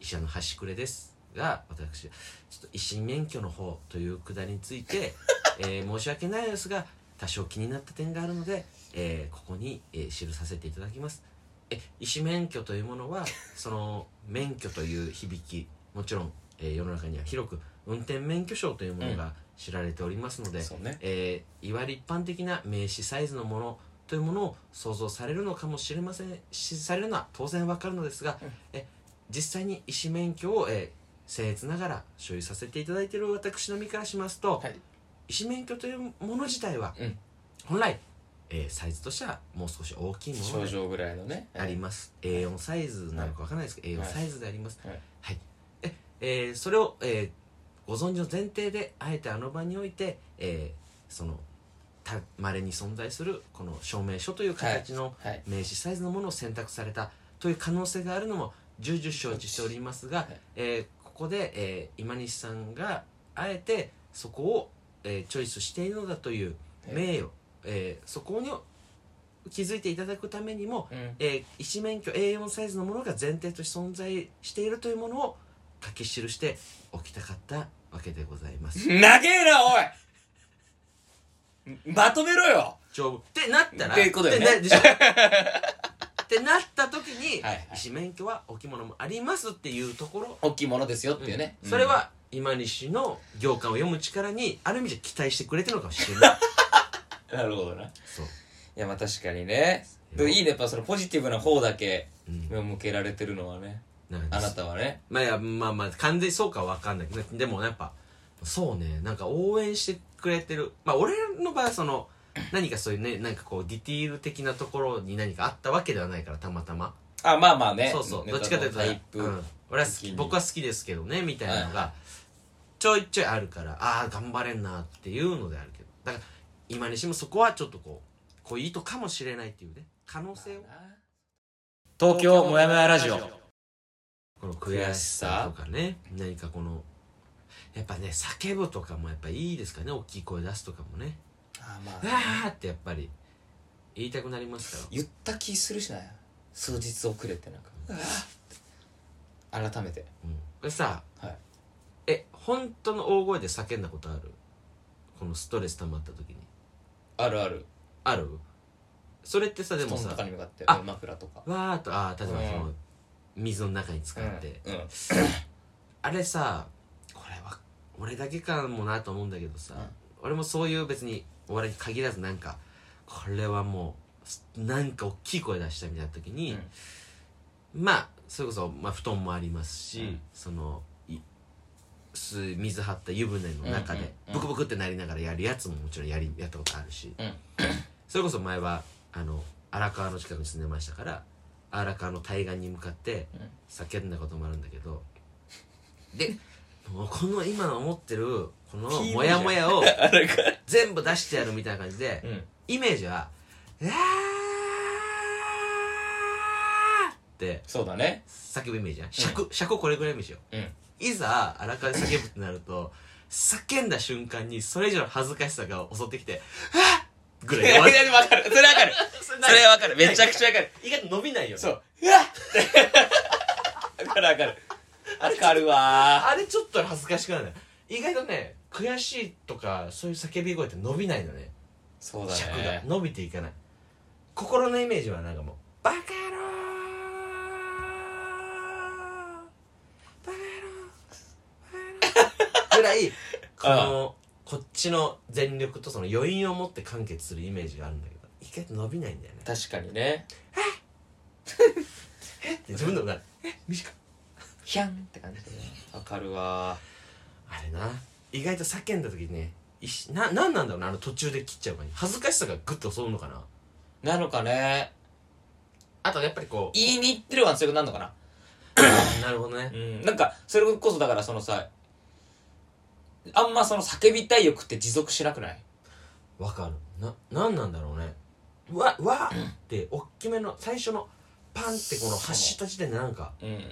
Speaker 3: 医者の端くれですが私ちょっと医師免許の方というくだりにつ いて、えー申し訳ないですが多少気になった点があるので、えーここに、えー記させていただきますえ医師免許というも のはその免許という響きもちろん、えー世の中には広く運転免許証というものが知られておりますので、
Speaker 2: そうね
Speaker 3: えーいわゆる一般的な名詞サイズのものというものを想像されるのかもしれませんしされるのは当然わかるのですが、え実際に医師免許を、えー、僭越ながら所有させていただいている私の身からしますと、
Speaker 2: はい
Speaker 3: 医師免許というもの自体は、
Speaker 2: うん
Speaker 3: 本来、えーサイズとしてはもう少し大きいもの
Speaker 2: 症
Speaker 3: で
Speaker 2: 状ぐらいのね
Speaker 3: あります、A4 サイズなのかわからないですけど、
Speaker 2: はい
Speaker 3: A4 サイズであります
Speaker 2: はい
Speaker 3: ええーそれを、えーご存知の前提であえてあの場において、えーそのまれに存在するこの証明書という形の
Speaker 2: はいはい
Speaker 3: 名詞サイズのものを選択されたという可能性があるのも重々承知しておりますが、
Speaker 2: い
Speaker 3: えーここで、えー今西さんがあえてそこを、えーチョイスしているのだという名誉、えーそこに気づいていただくためにも、
Speaker 2: うん
Speaker 3: えー、一面鏡 A4 サイズのものが前提として存在しているというものを書き記しておきたかったわけでございます。
Speaker 2: 長えなおいんまとめろよ
Speaker 3: 丈夫ってなったら
Speaker 2: っていうことよね
Speaker 3: でなで しょってなった時に、
Speaker 2: はいはい
Speaker 3: 一面鏡は置物もありますっていうところ、
Speaker 2: 大きいものですよっていうね、
Speaker 3: それは今西の行間を読む力にある意味じゃ期待してくれてるのかもしれ ない。
Speaker 2: うんなるほどない
Speaker 3: そう
Speaker 2: やまあ確かにねでもいいねやっぱそのポジティブな方だけ
Speaker 3: うん
Speaker 2: 目を向けられてるのはね
Speaker 3: なんか
Speaker 2: あなたはね
Speaker 3: まあいや、まあまあ、完全にそうかは分かんないけど、でもやっぱ、そうね、なんか応援してくれてる。まあ俺の場合はその、何かそういうね、なんかこう、ディティール的なところに何かあったわけではないから、たまたま。
Speaker 2: あまあまあね
Speaker 3: そうそう、
Speaker 2: ネ
Speaker 3: ど
Speaker 2: タ
Speaker 3: っちかというと、
Speaker 2: のタイプ、
Speaker 3: うん、俺は好
Speaker 2: 的
Speaker 3: き、
Speaker 2: に
Speaker 3: 僕は好きですけどね、みたいなの
Speaker 2: は
Speaker 3: が、ちょいちょいあるから、ああ、頑張れんなっていうのであるけど。だから、今にしてもそこはちょっとこう、こういいとかもしれないっていうね、可能性を。
Speaker 4: 東京もやもやラジオ
Speaker 3: この悔しさとかね何かこのやっぱね叫ぶとかもやっぱいいですからね大きい声出すとかもね
Speaker 2: あま
Speaker 3: 「
Speaker 2: あ
Speaker 3: あーってやっぱり言いたくなりますから
Speaker 2: 言った気するしな数日遅れてなんかうわーって改めて
Speaker 3: うんこれさ、
Speaker 2: はい
Speaker 3: え本当の大声で叫んだことあるこのストレス溜まった時に
Speaker 2: あるある
Speaker 3: あるそれってさで
Speaker 2: 布
Speaker 3: も
Speaker 2: 団と
Speaker 3: さ
Speaker 2: かに向かって
Speaker 3: あ
Speaker 2: 枕とか
Speaker 3: わーっとああ例えばその、
Speaker 2: う
Speaker 3: 水の中に使って、
Speaker 2: うんうん
Speaker 3: あれさこれは俺だけかもなと思うんだけどさ、
Speaker 2: うん
Speaker 3: 俺もそういう別にお笑いに限らずなんかこれはもうすなんか大きい声出したみたいな時に、まあそれこそ、まあ、布団もありますし、
Speaker 2: うん
Speaker 3: そのいす水張った湯船の中で
Speaker 2: うんうんうん
Speaker 3: ブクブクってなりながらやるやつももちろんやりやったことあるし、
Speaker 2: うん
Speaker 3: それこそ前はあの荒川の近くに住んでましたから荒川の対岸に向かって
Speaker 2: うん
Speaker 3: 叫んだこともあるんだけど、でもうこの今思ってるこの
Speaker 2: 黄色
Speaker 3: モ
Speaker 2: いじゃ
Speaker 3: ヤ
Speaker 2: ん
Speaker 3: モヤ
Speaker 2: あ
Speaker 3: を
Speaker 2: れか
Speaker 3: 全部出してやるみたいな感じで、
Speaker 2: うん
Speaker 3: イメージは「うわーって
Speaker 2: そうだね
Speaker 3: 叫ぶイメージじゃん尺尺これぐらいイメージよ
Speaker 2: うん
Speaker 3: いざ荒川で叫ぶってなると叫んだ瞬間にそれ以上の恥ずかしさが襲ってきて「あっ!」ぐ
Speaker 2: い
Speaker 3: らい
Speaker 2: や
Speaker 3: で終わ
Speaker 2: いや
Speaker 3: る
Speaker 2: わかるそれわかるそれはわかるめちゃくちゃわかる
Speaker 3: 意外と伸びないよね
Speaker 2: そううわっわかるわかるわかるわ
Speaker 3: あれちょっと恥ずかしくなるね意外とね悔しいとかそういう叫び声って伸びないのね
Speaker 2: そうだ
Speaker 3: 尺が
Speaker 2: ね
Speaker 3: 伸びていかない心のイメージはなんかもう「バカ野郎バカ野郎バカ野郎」ぐらいこのこっちの全力とその余韻を持って完結するイメージがあるんだけど意外と伸びないんだよね
Speaker 2: 確かにね
Speaker 3: で自分でもなるえ短い
Speaker 2: ヒャンって感じでねわかるわ
Speaker 3: あれな意外と叫んだ時にねいしななんなんだろうなあの途中で切っちゃう感じ恥ずかしさがグッと襲うのかな
Speaker 2: なのかね
Speaker 3: あとやっぱりこう
Speaker 2: 言いに行ってるわそういうことなんのかな
Speaker 3: なるほどね
Speaker 2: うんなんかそれこそだからそのさあんまその叫びたい欲って持続しなくない
Speaker 3: わかるななんなんだろうねうわうわって大きめの最初のパンってこの発した時点でなんか
Speaker 2: うん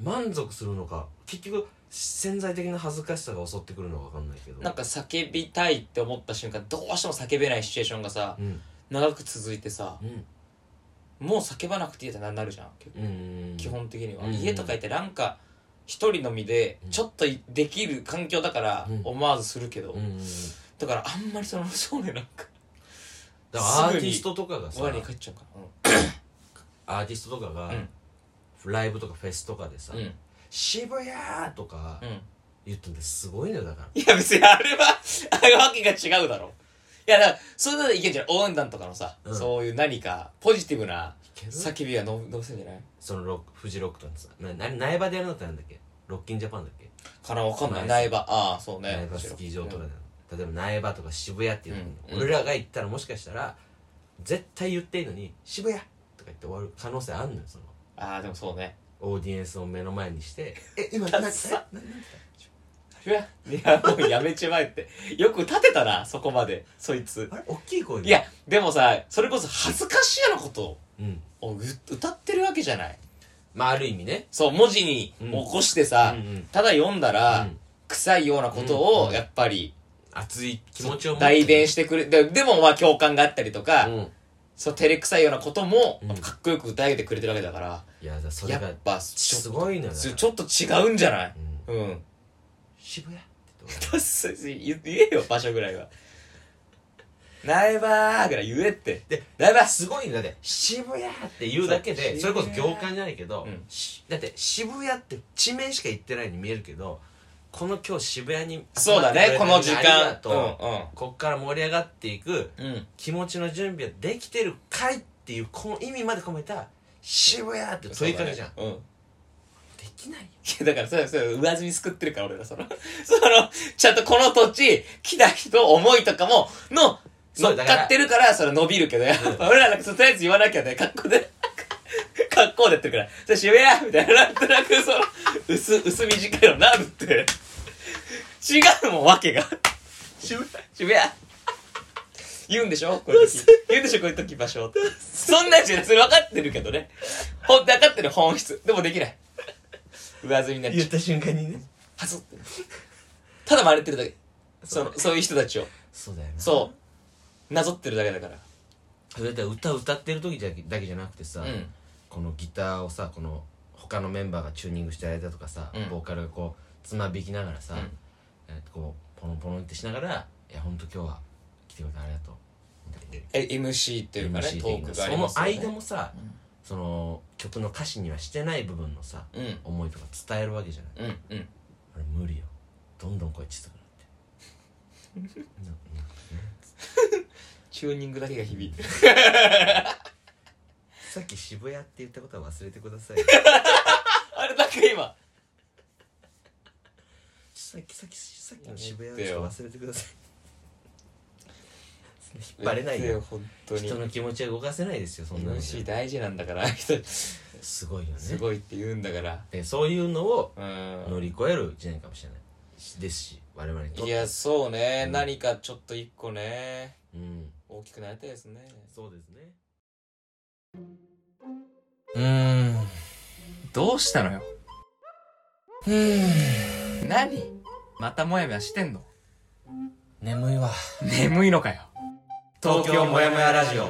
Speaker 3: 満足するのか結局潜在的な恥ずかしさが襲ってくるのかわかんないけど
Speaker 2: なんか叫びたいって思った瞬間どうしても叫べないシチュエーションがさ
Speaker 3: うん
Speaker 2: 長く続いてさ
Speaker 3: うん
Speaker 2: もう叫ばなくていいってなるじゃん結
Speaker 3: うんうんうん
Speaker 2: 基本的には、
Speaker 3: うん
Speaker 2: 家とか行ってなんか一人の身で
Speaker 3: うん
Speaker 2: ちょっとできる環境だから
Speaker 3: うん
Speaker 2: 思わずするけど、
Speaker 3: うんうんうん
Speaker 2: だからあんまりその そうねなんか
Speaker 3: だからアーティストとかがさ
Speaker 2: 我に返っちゃうから
Speaker 3: アーティストとかが
Speaker 2: うん
Speaker 3: ライブとかフェスとかでさ
Speaker 2: うん、うん
Speaker 3: 「渋谷!」とか
Speaker 2: うん
Speaker 3: 言ってんですごいのよだから
Speaker 2: いや別にあれはあれはわけが違うだろいやだからそういうのでいけんじゃない応援団とかのさ、
Speaker 3: うん
Speaker 2: そういう何かポジティブな
Speaker 3: ける
Speaker 2: 叫びがのどうせんじゃない
Speaker 3: そのロックフジロックとかのさなな苗場でやるのってなんだっけロッキンジャパンだっけ
Speaker 2: からわかんない
Speaker 3: ない
Speaker 2: 苗場ああそうね
Speaker 3: 苗場スキー場とか
Speaker 2: う
Speaker 3: で
Speaker 2: ん
Speaker 3: 例えば苗場とか渋谷っていう
Speaker 2: う
Speaker 3: の
Speaker 2: ん
Speaker 3: 俺らが行ったらもしかしたら絶対言っていいのに「渋谷!」とか言って終わる可能性あんのよその
Speaker 2: ああでもそうね
Speaker 3: オーディエンスを目の前にして「え今何
Speaker 2: さ いやいやもうやめちまえってよく立てたなそこまでそいつ
Speaker 3: あれ大きい声で
Speaker 2: いやでもさそれこそ恥ずかしいようなこと
Speaker 3: うん
Speaker 2: をう歌ってるわけじゃない
Speaker 3: まあある意味ね
Speaker 2: そう文字に
Speaker 3: うん
Speaker 2: 起こしてさ、
Speaker 3: うんうん
Speaker 2: ただ読んだら、
Speaker 3: うん
Speaker 2: 臭いようなこと
Speaker 3: う
Speaker 2: を
Speaker 3: ん
Speaker 2: やっぱり
Speaker 3: 熱い気持ちを持って
Speaker 2: 代弁してくれででもまあ共感があったりとか、
Speaker 3: うん
Speaker 2: そう照れくさいようなことも
Speaker 3: うん
Speaker 2: かっこよく歌い上げてくれてるわけだから、
Speaker 3: いやだからそれ
Speaker 2: や
Speaker 3: が
Speaker 2: っぱちょ
Speaker 3: すごいのよだから
Speaker 2: ちょっと違うんじゃない
Speaker 3: うん
Speaker 2: うん
Speaker 3: 渋谷ってどう
Speaker 2: だっせ言言えよ場所ぐらいは苗場ぐらい言えって
Speaker 3: で
Speaker 2: 苗場
Speaker 3: すごいんだって渋谷って言うだけで
Speaker 2: そ
Speaker 3: そうれこそ行間じゃないけど、
Speaker 2: うん
Speaker 3: しだって渋谷って地名しか行ってないように見えるけどこの今日渋谷に集
Speaker 2: そう
Speaker 3: ま
Speaker 2: だ
Speaker 3: ってくれ
Speaker 2: ね
Speaker 3: た
Speaker 2: この時
Speaker 3: みんなあり
Speaker 2: 間
Speaker 3: がとう
Speaker 2: う
Speaker 3: こっから盛り上がっていく
Speaker 2: んうんうん
Speaker 3: 気持ちの準備はできてるかいっていうこの意味まで込めた渋谷って問いかけじゃん、
Speaker 2: そうだねうん
Speaker 3: できないよ
Speaker 2: いやだからそれそれ上積み作ってるから俺らその そのちゃんとこの土地来た人思いとかもの
Speaker 3: そう
Speaker 2: 乗っかってるからそれ伸びるけどやっぱ俺らなんかそうとりあえず言わなきゃね格好で 格好でやってるから「それ渋谷!」みたいななんとなくその薄薄短いのなるって違うもんわけが渋谷渋谷 言うんでしょこういう時言うんでしょこういう時場所そんなんじゃないそれ分かってるけどねほん分かってる本質でもできない上積みになっちゃう
Speaker 3: 言った瞬間にね
Speaker 2: はずってただ真似てるだけそのそういう人たちを
Speaker 3: そうだよね
Speaker 2: そうなぞってるだけだから
Speaker 3: それで歌歌ってる時だけだけじゃなくてさ、
Speaker 2: うん
Speaker 3: このギターをさこの他のメンバーがチューニングしてる間とかさ、
Speaker 2: うん
Speaker 3: ボーカルがこうつまびきながらさ、
Speaker 2: うん
Speaker 3: えーとこうポロンポロンってしながら「いやほんと今日は来てくれてありがとう」
Speaker 2: え MC っていうかね
Speaker 3: MC
Speaker 2: トークがあ
Speaker 3: そ
Speaker 2: り
Speaker 3: の
Speaker 2: ますよね
Speaker 3: 間もさ、その曲の歌詞にはしてない部分のさ、
Speaker 2: うん
Speaker 3: 思いとか伝えるわけじゃない
Speaker 2: うんうん
Speaker 3: あれ無理よどんどん声ちっちゃくなって
Speaker 2: チューニングだけが響く
Speaker 3: さっき渋谷って言ったことは忘れてください
Speaker 2: あれだけ今
Speaker 3: さっきさっきさっきの渋谷をちょっと忘れてください引っ張れない
Speaker 2: や
Speaker 3: よ
Speaker 2: 本当に
Speaker 3: 人の気持ちは動かせないですよそんなのじ
Speaker 2: MC
Speaker 3: ゃ
Speaker 2: 大事なんだ からあの人
Speaker 3: すごいよね
Speaker 2: すごいって言うんだから
Speaker 3: でそういうのを
Speaker 2: う
Speaker 3: 乗
Speaker 2: ん
Speaker 3: り越える一年かもしれないですし我々にとっ
Speaker 2: い
Speaker 3: て
Speaker 2: やそうね、
Speaker 3: うん
Speaker 2: 何かちょっと一個ね
Speaker 3: うん
Speaker 2: 大きくなりたいですね
Speaker 3: そうですね
Speaker 2: うんどうしたのようん何またもやもやしてんの
Speaker 3: 眠いわ
Speaker 2: 眠いのかよ
Speaker 4: 東京もやもやラジオ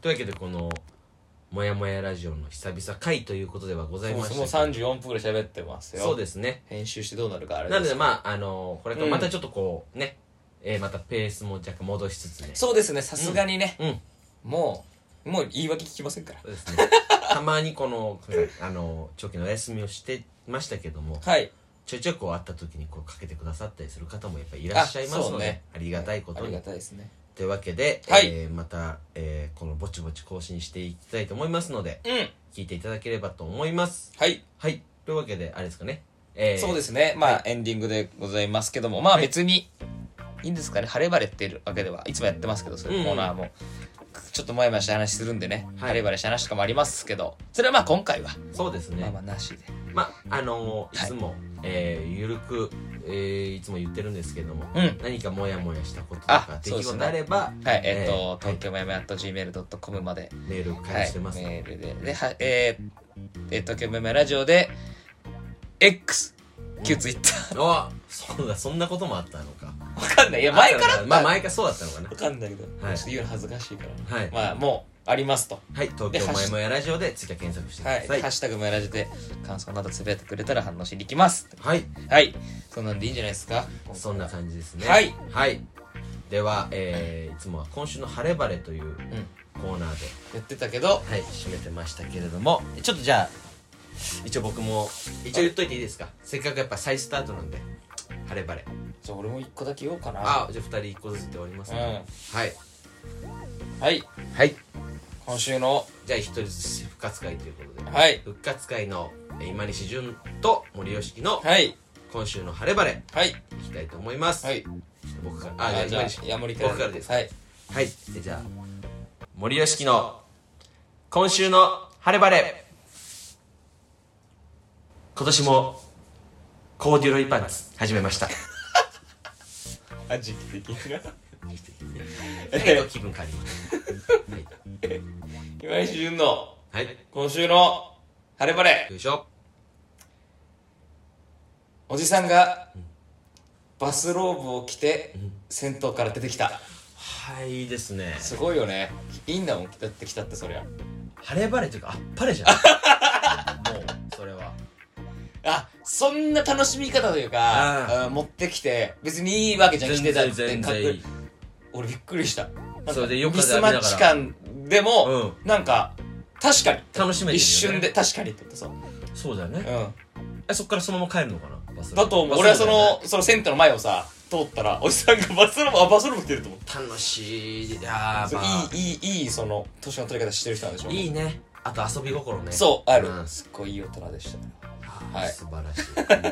Speaker 3: というわけでこの「もやもやラジオ」の久々回ということではござい
Speaker 2: も
Speaker 3: ま
Speaker 2: う
Speaker 3: した
Speaker 2: もう
Speaker 3: けど
Speaker 2: 34分ぐらい喋ってますよ
Speaker 3: そうですね
Speaker 2: 編集してどうなるかあれ
Speaker 3: なの
Speaker 2: け
Speaker 3: で
Speaker 2: ど
Speaker 3: まああのこれからまたちょっとこうね、えーまたペースも若干戻しつつね
Speaker 2: そうですねさすがにね、
Speaker 3: うん
Speaker 2: もうもう言い訳聞きませんから
Speaker 3: そうですねたまにこのあの長期のお休みをしてましたけども
Speaker 2: はい
Speaker 3: ちょいちょいこう会った時にこうかけてくださったりする方もやっぱりいらっしゃいま
Speaker 2: あ
Speaker 3: す
Speaker 2: そ
Speaker 3: の
Speaker 2: う
Speaker 3: であ,、
Speaker 2: ね
Speaker 3: りがたいこと
Speaker 2: あり
Speaker 3: に
Speaker 2: がたいですね
Speaker 3: というわけで、
Speaker 2: はい
Speaker 3: えーまた、えーこのぼちぼち更新していきたいと思いますので
Speaker 2: うん
Speaker 3: 聞いていただければと思います
Speaker 2: はい、
Speaker 3: はいというわけであれですかね、えー
Speaker 2: そうですねまあ、
Speaker 3: は
Speaker 2: エンディングでございますけどもまあ別にいいんですかね晴れ晴れってるわけではいつもやってますけどそういうコーナーも、ちょっともやもやした話するんでね、
Speaker 3: はい
Speaker 2: 晴れ晴れした話とかもありますけどそれはまあ今回は、
Speaker 3: そうですね
Speaker 2: まあまあなしで
Speaker 3: まああのー
Speaker 2: はい
Speaker 3: いつも、えーゆるく、えーいつも言ってるんですけども、
Speaker 2: うん
Speaker 3: 何かモヤモヤしたことと
Speaker 2: あ
Speaker 3: か出
Speaker 2: そう
Speaker 3: 来
Speaker 2: ですね
Speaker 3: 事あれば、
Speaker 2: はいえっ、
Speaker 3: え
Speaker 2: と
Speaker 3: ー、
Speaker 2: 東京もやもや .gmail.com まで
Speaker 3: メールを
Speaker 2: は
Speaker 3: 返
Speaker 2: い
Speaker 3: してます、
Speaker 2: メールで。で、はえー、えー、東京メモラジオで、X、旧ツイッタ
Speaker 3: あそうだそんなこともあったのか
Speaker 2: ー、わかんないいや前からあった
Speaker 3: まあ前からそうだったのかな
Speaker 2: わかんないけど、
Speaker 3: はい
Speaker 2: ちょっと言うの恥ずかしいから、
Speaker 3: はい
Speaker 2: まあもうありますと
Speaker 3: はい東
Speaker 2: で
Speaker 3: 京もやもやラジオでツイキャ検索してく
Speaker 2: はい、
Speaker 3: ださい
Speaker 2: ハッシュタグもやらせて感想などつぶやいてくれたら反応しに行きます
Speaker 3: はい
Speaker 2: はいそんなんでいいんじゃないですか
Speaker 3: そんな感じですね
Speaker 2: はい、
Speaker 3: はい、では、えーいつもは今週の「晴れ晴れ」というコーナーで、
Speaker 2: やってたけど
Speaker 3: はい、締めてましたけれどもちょっとじゃあ一応僕も一応言っといていいですかせっかくやっぱ再スタートなんで「晴れ晴れ
Speaker 2: じゃあ俺も一個だけ言おうか」な
Speaker 3: あじゃあ2人1個ずつで終わります
Speaker 2: うん
Speaker 3: ね、はい
Speaker 2: はい
Speaker 3: はい
Speaker 2: 今週の
Speaker 3: じゃあ1人ずつ復活会ということで、
Speaker 2: はい
Speaker 3: 復活会のえー今西潤と森吉の
Speaker 2: はい
Speaker 3: 今週の「晴れ晴れ
Speaker 2: はい」
Speaker 3: いきたいと思います、
Speaker 2: はい
Speaker 3: 僕からあじゃあ今西
Speaker 2: ヤモリから
Speaker 3: 僕からです
Speaker 2: はい
Speaker 3: はい、えじゃあ森吉の今週の晴れ晴れ今年もコーデュロイパンツ始めました
Speaker 2: あ時期的な
Speaker 3: 最後気分変わりますはい、
Speaker 2: 今井純の
Speaker 3: はい、
Speaker 2: 今週の晴れ晴れ
Speaker 3: よいしょ
Speaker 2: おじさんがバスローブを着て銭湯から出てきた
Speaker 3: はいいいですね
Speaker 2: すごいよねいいんだもんだってきたってそりゃ
Speaker 3: 晴れ晴れというかあっぱれじゃんもうそれは
Speaker 2: あそんな楽しみ方というかあ持ってきて別にいいわけじゃん着てたって
Speaker 3: 全然いい
Speaker 2: かっこ俺びっくりしたなんか
Speaker 3: それでよか
Speaker 2: ミ
Speaker 3: った
Speaker 2: ス
Speaker 3: ら
Speaker 2: マッチ感でも、
Speaker 3: う
Speaker 2: なんか確かに
Speaker 3: 楽しめてるよね
Speaker 2: 一瞬で確かにって言ってさ、う
Speaker 3: そうだよね
Speaker 2: ん、
Speaker 3: えそっからそのまま帰るのかなバスロー
Speaker 2: だ
Speaker 3: ブ
Speaker 2: と思
Speaker 3: ま
Speaker 2: う
Speaker 3: あ
Speaker 2: 俺はそう
Speaker 3: だよね
Speaker 2: のそのセンターの前をさ通ったらおじさんが バスローブあバスローブ着てると思って
Speaker 3: 楽しいいやー
Speaker 2: そう
Speaker 3: まあ
Speaker 2: いいいいいいその年の取り方してる人なんでしょうね
Speaker 3: いいねあと遊び心ね
Speaker 2: そうある、
Speaker 3: ん
Speaker 2: すっごいいい大人でしたねは
Speaker 3: はいい、素晴らしい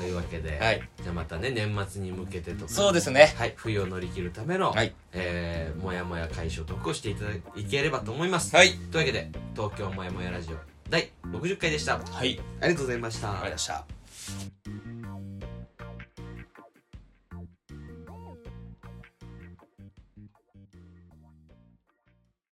Speaker 3: というわけで、
Speaker 2: はい
Speaker 3: じゃあまたね年末に向けてとか
Speaker 2: そうですね
Speaker 3: はい、冬を乗り切るための、
Speaker 2: はい
Speaker 3: えーもやもや解消得をしていただいければと思います、
Speaker 2: はい
Speaker 3: というわけで東京もやもやラジオ第60回でしたあ
Speaker 2: はいありがとう
Speaker 3: りがとうございました
Speaker 2: ございました